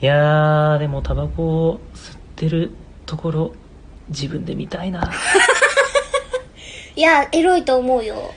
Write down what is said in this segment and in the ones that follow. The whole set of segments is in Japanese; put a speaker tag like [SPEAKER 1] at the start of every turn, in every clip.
[SPEAKER 1] いやー、でもタバコを吸ってるところ、自分で見たいな。
[SPEAKER 2] いや、エロいと思うよ。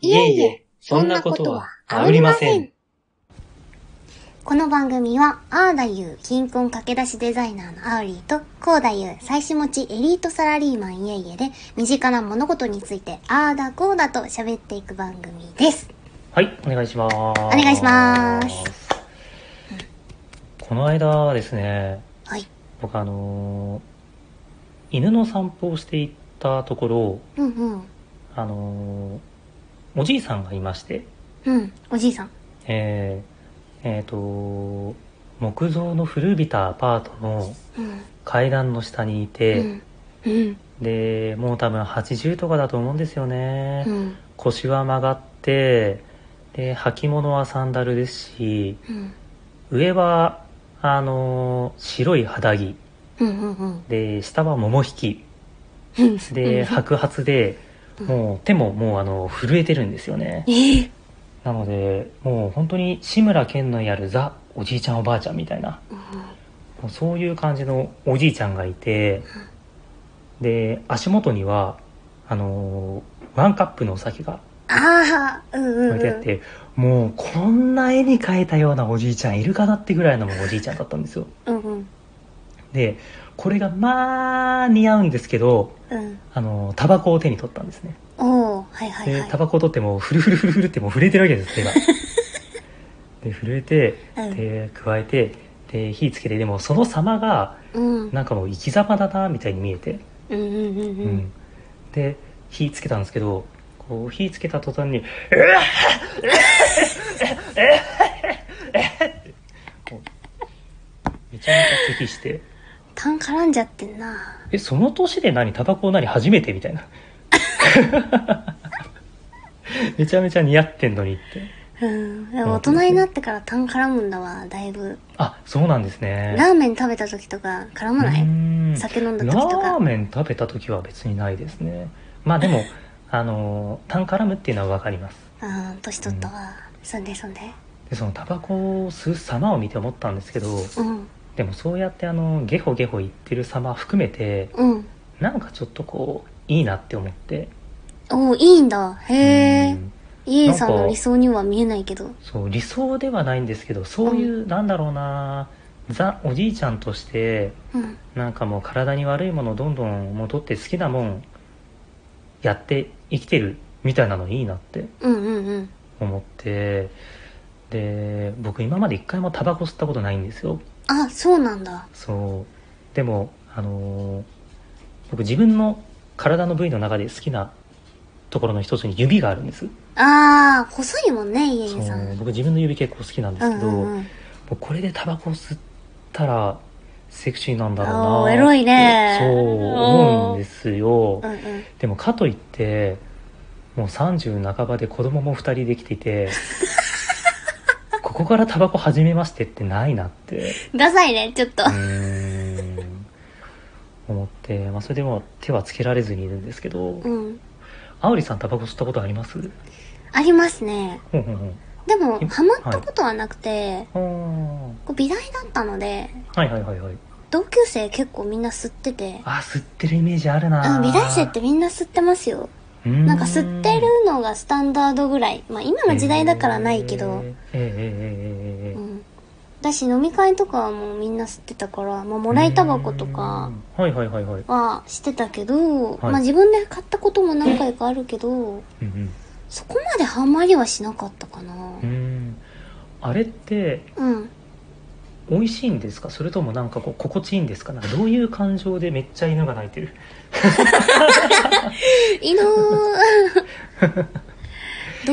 [SPEAKER 3] いえいえ、そんなことはありません。。
[SPEAKER 2] この番組は、アーダユー貧困駆け出しデザイナーのアウリーと、コーダユー妻子持ちエリートサラリーマンいえいえで、身近な物事について、アーダコーダと喋っていく番組です。
[SPEAKER 1] はい、お願いします。お
[SPEAKER 2] 願いします。
[SPEAKER 1] この間はですね、
[SPEAKER 2] はい。
[SPEAKER 1] 僕あのー犬の散歩をしていったところ、
[SPEAKER 2] うんうん。
[SPEAKER 1] あのーおじいさんがいまして、
[SPEAKER 2] うん。おじいさん。
[SPEAKER 1] えー、えーと、木造の古びたアパートの
[SPEAKER 2] うん。
[SPEAKER 1] 階段の下にいて、
[SPEAKER 2] うん。うん。
[SPEAKER 1] で、もう多分80とかだと思うんですよね。
[SPEAKER 2] うん。
[SPEAKER 1] 腰は曲がって、で、履物はサンダルですし、
[SPEAKER 2] うん。
[SPEAKER 1] 上は、あのー白い肌着。
[SPEAKER 2] うん。うん。うん。
[SPEAKER 1] で、下は桃引き。
[SPEAKER 2] うん。
[SPEAKER 1] で、白髪で、
[SPEAKER 2] うん
[SPEAKER 1] もう手ももうあの、震えてるんですよね。
[SPEAKER 2] ええ。
[SPEAKER 1] なので、もう本当に志村けんのやるザ、おじいちゃんおばあちゃんみたいな、もうそういう感じのおじいちゃんがいて、で、足元には、あのーワンカップのお酒が
[SPEAKER 2] ああ、うんうん
[SPEAKER 1] 置いてあっ
[SPEAKER 2] う
[SPEAKER 1] て、もうこんな絵に描いたようなおじいちゃんいるかなってぐらいのおじいちゃんだったんですよ。
[SPEAKER 2] ん。うんうん。
[SPEAKER 1] で、これがまあ似合うんですけど、
[SPEAKER 2] うん。
[SPEAKER 1] あの、タバコを手に取ったんですね。
[SPEAKER 2] おおはいはい
[SPEAKER 1] で
[SPEAKER 2] は、い。
[SPEAKER 1] タバコを取ってもうフルフルフルフルってもう震えてるわけです、手が。 で、震えて、で、加えて、で、火つけて、でもその様が、
[SPEAKER 2] うん。うん。
[SPEAKER 1] なんかもう生き様だな、みたいに見えて。
[SPEAKER 2] うんうんうん
[SPEAKER 1] う
[SPEAKER 2] うん。
[SPEAKER 1] ん。で、火つけたんですけど、こう、火つけた途端に、うわっうわっうわっうわっうわっって、こうめちゃめちゃ咳して。
[SPEAKER 2] 痰絡んじゃってんな。
[SPEAKER 1] え、その年で何タバコを何初めてみたいな。めちゃめちゃ似合ってんのにって。
[SPEAKER 2] うん。でも大人になってから痰絡むんだわ、だいぶ。
[SPEAKER 1] あ、そうなんですね。
[SPEAKER 2] ラーメン食べた時とか絡まな
[SPEAKER 1] う
[SPEAKER 2] い
[SPEAKER 1] ーん
[SPEAKER 2] 酒飲んだ時
[SPEAKER 1] ラ
[SPEAKER 2] とか
[SPEAKER 1] ー。メン食べた時は別にないですね。まあでも、あのー、タン絡むっていうのはわかります。
[SPEAKER 2] うん、年取ったわ。そんでそんで。
[SPEAKER 1] で、そのタバコを吸う様を見て思ったんですけど、
[SPEAKER 2] うん。
[SPEAKER 1] でもそうやってあの、ゲホゲホ言ってる様含めて、
[SPEAKER 2] うん。
[SPEAKER 1] なんかちょっとこう、いいなって思って。
[SPEAKER 2] おおいいんだ。へ
[SPEAKER 1] う
[SPEAKER 2] え。
[SPEAKER 1] ん
[SPEAKER 2] イエさん
[SPEAKER 1] なん
[SPEAKER 2] の
[SPEAKER 1] か
[SPEAKER 2] 理想には見えないけど。
[SPEAKER 1] そう理想ではないんですけどそういう、なんだろうなザおじいちゃんとして
[SPEAKER 2] うん。
[SPEAKER 1] なんかもう体に悪いものをどんどん戻って好きなもんやって生きてるみたいなのいいなって
[SPEAKER 2] うんうんうん。
[SPEAKER 1] 思ってで僕今まで一回もタバコ吸ったことないんですよ
[SPEAKER 2] あ、そうなんだ。
[SPEAKER 1] そうでもあのー僕自分の体の部位の中で好きなところの一つに指があるんです
[SPEAKER 2] あー、細いもんね、イエ
[SPEAKER 1] そ
[SPEAKER 2] イさ。
[SPEAKER 1] うん僕自分の指結構好きなんで
[SPEAKER 2] う
[SPEAKER 1] すけ
[SPEAKER 2] ん
[SPEAKER 1] ど、
[SPEAKER 2] うんうん。
[SPEAKER 1] もうこれでタバコを吸ったらセクシーなんだろうな
[SPEAKER 2] あ
[SPEAKER 1] ー
[SPEAKER 2] ーエロいね
[SPEAKER 1] そう思うんですよ
[SPEAKER 2] うんうん。
[SPEAKER 1] でもかといってもう30半ばで子供も2人できていてここからタバコ始めましてってないなって
[SPEAKER 2] ダサいね、ちょっと
[SPEAKER 1] う。ーん思って、まあ、それでも手はつけられずにいるんですけど
[SPEAKER 2] うん。
[SPEAKER 1] あおりさんタバコ吸ったことあります
[SPEAKER 2] ありますね。
[SPEAKER 1] ほんほんほん
[SPEAKER 2] でも、
[SPEAKER 1] え
[SPEAKER 2] ハマったことはなくて、
[SPEAKER 1] ほん
[SPEAKER 2] こう美大だったので、
[SPEAKER 1] はいはいはいはい
[SPEAKER 2] 同級生結構みんな吸ってて、
[SPEAKER 1] あ吸ってるイメージあるな
[SPEAKER 2] うん、美大生ってみんな吸ってますよ。
[SPEAKER 1] な
[SPEAKER 2] なんか吸ってるのがスタンダードぐらい。まあ今の時代だからないけど、
[SPEAKER 1] えーえーえーえーえーえー
[SPEAKER 2] うん。だし飲み会とかはもうみんな吸ってたから、まあもらいタバコとか
[SPEAKER 1] うんはいはいはいはい、
[SPEAKER 2] はしてたけど、
[SPEAKER 1] い
[SPEAKER 2] まあ自分で買ったことも何回かあるけど、
[SPEAKER 1] うん
[SPEAKER 2] そこまでハマりはしなかったかな
[SPEAKER 1] うんう。んあれって
[SPEAKER 2] うん。
[SPEAKER 1] 美味しいんですかそれともなんかこう心地いいんですかなんかどういう感情でめっちゃ犬が鳴いてる
[SPEAKER 2] 犬ど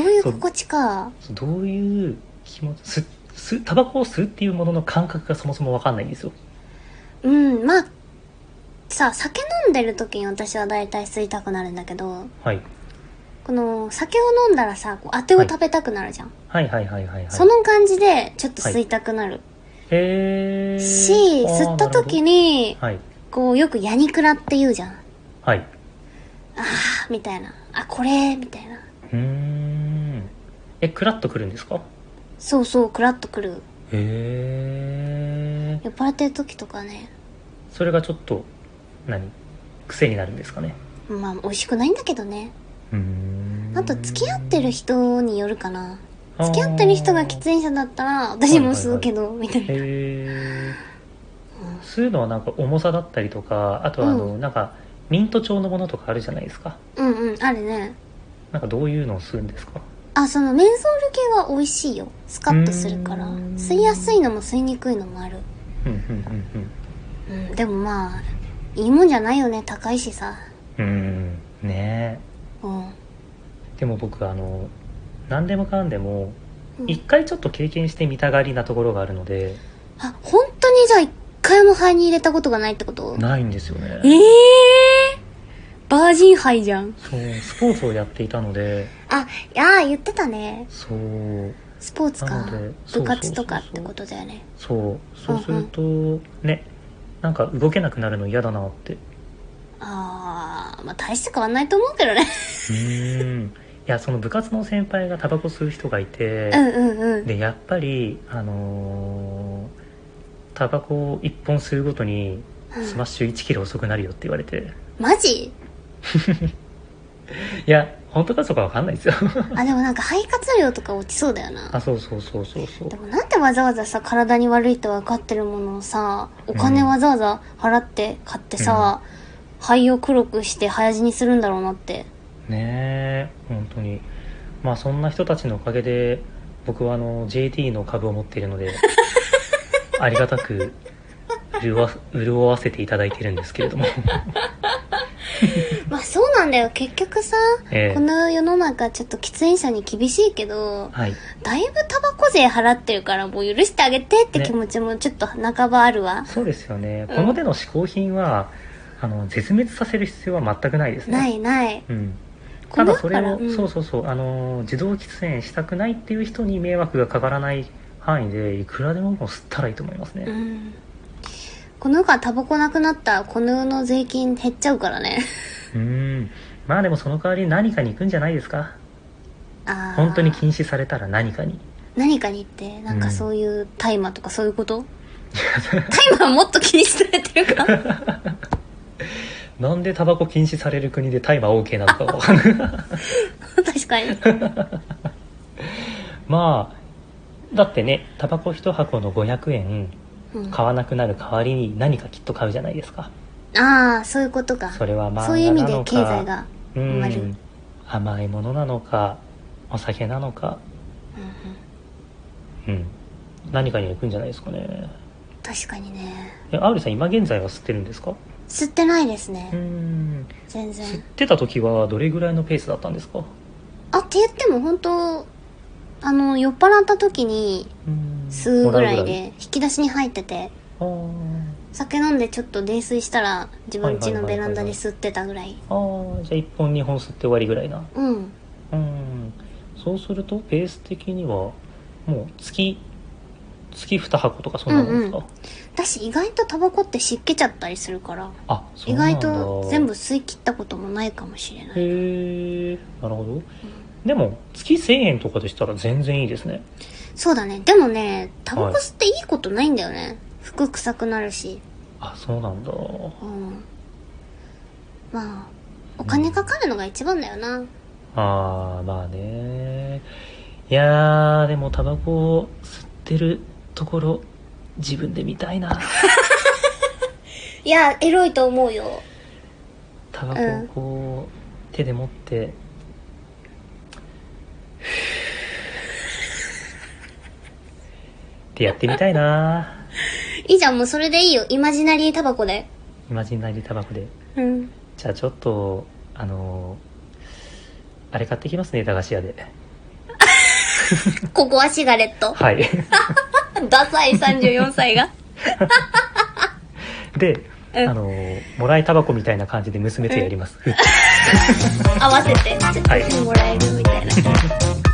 [SPEAKER 2] ういう心地か。
[SPEAKER 1] そうどういう気持ち吸吸タバコを吸うっていうものの感覚がそもそも分かんないんですよ
[SPEAKER 2] うん、まあ、さ、酒飲んでる時に私は大体吸いたくなるんだけど、
[SPEAKER 1] はい
[SPEAKER 2] この、酒を飲んだらさ、こう、あてを食べたくなるじゃん。
[SPEAKER 1] はいはいはいはいはい。
[SPEAKER 2] その感じでちょっと吸いたくなる、
[SPEAKER 1] へー
[SPEAKER 2] し
[SPEAKER 1] あー
[SPEAKER 2] 吸った時
[SPEAKER 1] なる
[SPEAKER 2] に
[SPEAKER 1] ほどはい。
[SPEAKER 2] こうよく「ヤニクラ」って言うじゃんあ
[SPEAKER 1] はい。
[SPEAKER 2] ーみたいなあこれみたいな
[SPEAKER 1] うーん。え、クラッとくるんですか
[SPEAKER 2] そうそうクラッとくる
[SPEAKER 1] へえ。
[SPEAKER 2] 酔っ払ってる時とかね
[SPEAKER 1] それがちょっと、何癖になるんですかね。
[SPEAKER 2] まあ美味しくないんだけどね
[SPEAKER 1] うーん。
[SPEAKER 2] あと付き合ってる人によるかな
[SPEAKER 1] あー、
[SPEAKER 2] 付き合ってる人が喫煙者だったら私も吸うけどみたいな
[SPEAKER 1] へー吸うのはなんか重さだったりとかあとはあの、
[SPEAKER 2] う
[SPEAKER 1] なんかミント調のものとかあるじゃないですか
[SPEAKER 2] うんうんあるね
[SPEAKER 1] なんかどういうのを吸うんですか
[SPEAKER 2] あそのメンソール系は美味しいよスカッとするから
[SPEAKER 1] うーん
[SPEAKER 2] 吸いやすいのも吸いにくいのもある
[SPEAKER 1] うんうん
[SPEAKER 2] うんでもまあいいもんじゃないよね高いしさ
[SPEAKER 1] うんうんうんね
[SPEAKER 2] うん
[SPEAKER 1] えでも僕あの何でもかんでも
[SPEAKER 2] うん
[SPEAKER 1] 一回ちょっと経験してみたがりなところがあるので
[SPEAKER 2] あ本当にじゃあ一回も肺に入れたことがないってこと
[SPEAKER 1] ないんですよね
[SPEAKER 2] ええー、バージン肺じゃん
[SPEAKER 1] そうスポーツをやっていたので
[SPEAKER 2] あいやー言ってたね
[SPEAKER 1] そう
[SPEAKER 2] スポーツ
[SPEAKER 1] なので
[SPEAKER 2] か
[SPEAKER 1] そうそうそうそう
[SPEAKER 2] 部活とかってことだよね
[SPEAKER 1] そうそうすると、ねなんか動けなくなるの嫌だなってう
[SPEAKER 2] ああまあ大して変わんないと思うけどね
[SPEAKER 1] ーんいやその部活の先輩がタバコ吸う人がいて、
[SPEAKER 2] うんうんうん
[SPEAKER 1] でやっぱりあのータバコを1本吸うごとにスマッシュ1キロ遅くなるよって言われて、
[SPEAKER 2] マジ
[SPEAKER 1] いや本当かそうかわかんないですよ
[SPEAKER 2] あでもなんか肺活量とか落ちそうだよな
[SPEAKER 1] あそうそうそうそうそう
[SPEAKER 2] でもなんでわざわざさ体に悪いって分かってるものをさお金わざわざ払って買ってさ、肺を黒くして早死にするんだろうなって
[SPEAKER 1] ねえ本当にまあそんな人たちのおかげで僕はあの JT の株を持っている のでありがたく潤わ潤わせていただいてるんですけ れども
[SPEAKER 2] まあそうなんだよ結局さ、
[SPEAKER 1] ええ
[SPEAKER 2] この世の中ちょっと喫煙者に厳しいけど
[SPEAKER 1] はい
[SPEAKER 2] だいぶタバコ税払ってるからもう許してあげてって気持ちもちょっと半ばあるわ、
[SPEAKER 1] そうですよねこの手の嗜好品は、あの絶滅させる必要は全くないですね
[SPEAKER 2] ないない
[SPEAKER 1] うん、
[SPEAKER 2] こ
[SPEAKER 1] た
[SPEAKER 2] の
[SPEAKER 1] だそれ
[SPEAKER 2] から
[SPEAKER 1] を、
[SPEAKER 2] うん
[SPEAKER 1] そうそうそう、あのー自動喫煙したくないっていう人に迷惑がかからない範囲でいくらでももう吸ったらいいと思いますね、
[SPEAKER 2] うんこの世からタバコなくなったらこの世の税金減っちゃうからね
[SPEAKER 1] うんまあでもその代わり何かに行くんじゃないですか
[SPEAKER 2] あー
[SPEAKER 1] 本当に禁止されたら何かにい
[SPEAKER 2] 何かにってなん
[SPEAKER 1] う
[SPEAKER 2] か
[SPEAKER 1] ん
[SPEAKER 2] そういう大麻とかそういう こと大麻はもっと気にされてる か
[SPEAKER 1] やなんでタバコ禁止される国で大麻 OK なのかわかん ない
[SPEAKER 2] 確かに
[SPEAKER 1] まあだってねタバコ1箱の500円
[SPEAKER 2] うん
[SPEAKER 1] 買わなくなる代わりに何かきっと買うじゃないですか
[SPEAKER 2] ああそういうことか
[SPEAKER 1] それは漫画なのか
[SPEAKER 2] そういう意味で経済が
[SPEAKER 1] う
[SPEAKER 2] 生まれる
[SPEAKER 1] ん甘いものなのかお酒なのか
[SPEAKER 2] うんう
[SPEAKER 1] う
[SPEAKER 2] ん
[SPEAKER 1] ん、何かに行くんじゃないですかね
[SPEAKER 2] 確かにね
[SPEAKER 1] えアウリさん今現在は吸ってるんですか
[SPEAKER 2] 吸ってないです
[SPEAKER 1] うー
[SPEAKER 2] ね
[SPEAKER 1] ん
[SPEAKER 2] 全
[SPEAKER 1] 吸っ
[SPEAKER 2] 然
[SPEAKER 1] てた時はどれぐらいのペースだったんですか
[SPEAKER 2] あって言っても本当あの酔っ払った時に
[SPEAKER 1] うーん
[SPEAKER 2] 吸うぐらい
[SPEAKER 1] も
[SPEAKER 2] で引き出しに入ってて
[SPEAKER 1] らうぐらい
[SPEAKER 2] 酒飲んでちょっと泥酔したら自分家のベランダで吸ってたぐらい
[SPEAKER 1] あーあーじゃあ1本2本吸って終わりぐらいな
[SPEAKER 2] うん
[SPEAKER 1] うーんそうするとペース的にはもう月月2箱とかそんなもんですか、
[SPEAKER 2] うん私意外とタバコって湿気ちゃったりするから
[SPEAKER 1] あそ
[SPEAKER 2] 意
[SPEAKER 1] うなんだ
[SPEAKER 2] 外と全部吸い切ったこともないかもしれない
[SPEAKER 1] へえなるほどでも月1000円とかでしたら全然いいですね
[SPEAKER 2] そうだねでもねタバコ
[SPEAKER 1] はい
[SPEAKER 2] 吸っていいことないんだよね、服臭くなるし
[SPEAKER 1] あそうなんだ
[SPEAKER 2] うんまあお金かかるのが一番だよな
[SPEAKER 1] ああまあねいやーでもタバコを吸ってるところ自分で見たいな
[SPEAKER 2] いやエロいと思うよ
[SPEAKER 1] タバコをこう、手で持ってってやってみたいない
[SPEAKER 2] いじゃんもうそれでいいよイマジナリータバコで
[SPEAKER 1] イマジンナリータバコで
[SPEAKER 2] うん
[SPEAKER 1] じゃあちょっとあのーあれ買ってきますね駄菓子屋で
[SPEAKER 2] ここはシガレット
[SPEAKER 1] はい
[SPEAKER 2] ダサい34歳 が
[SPEAKER 1] で、
[SPEAKER 2] うん
[SPEAKER 1] あのーもらいタバコみたいな感じで娘とやります、
[SPEAKER 2] 合わせてちょっと
[SPEAKER 1] はい
[SPEAKER 2] 手もらえるみたいな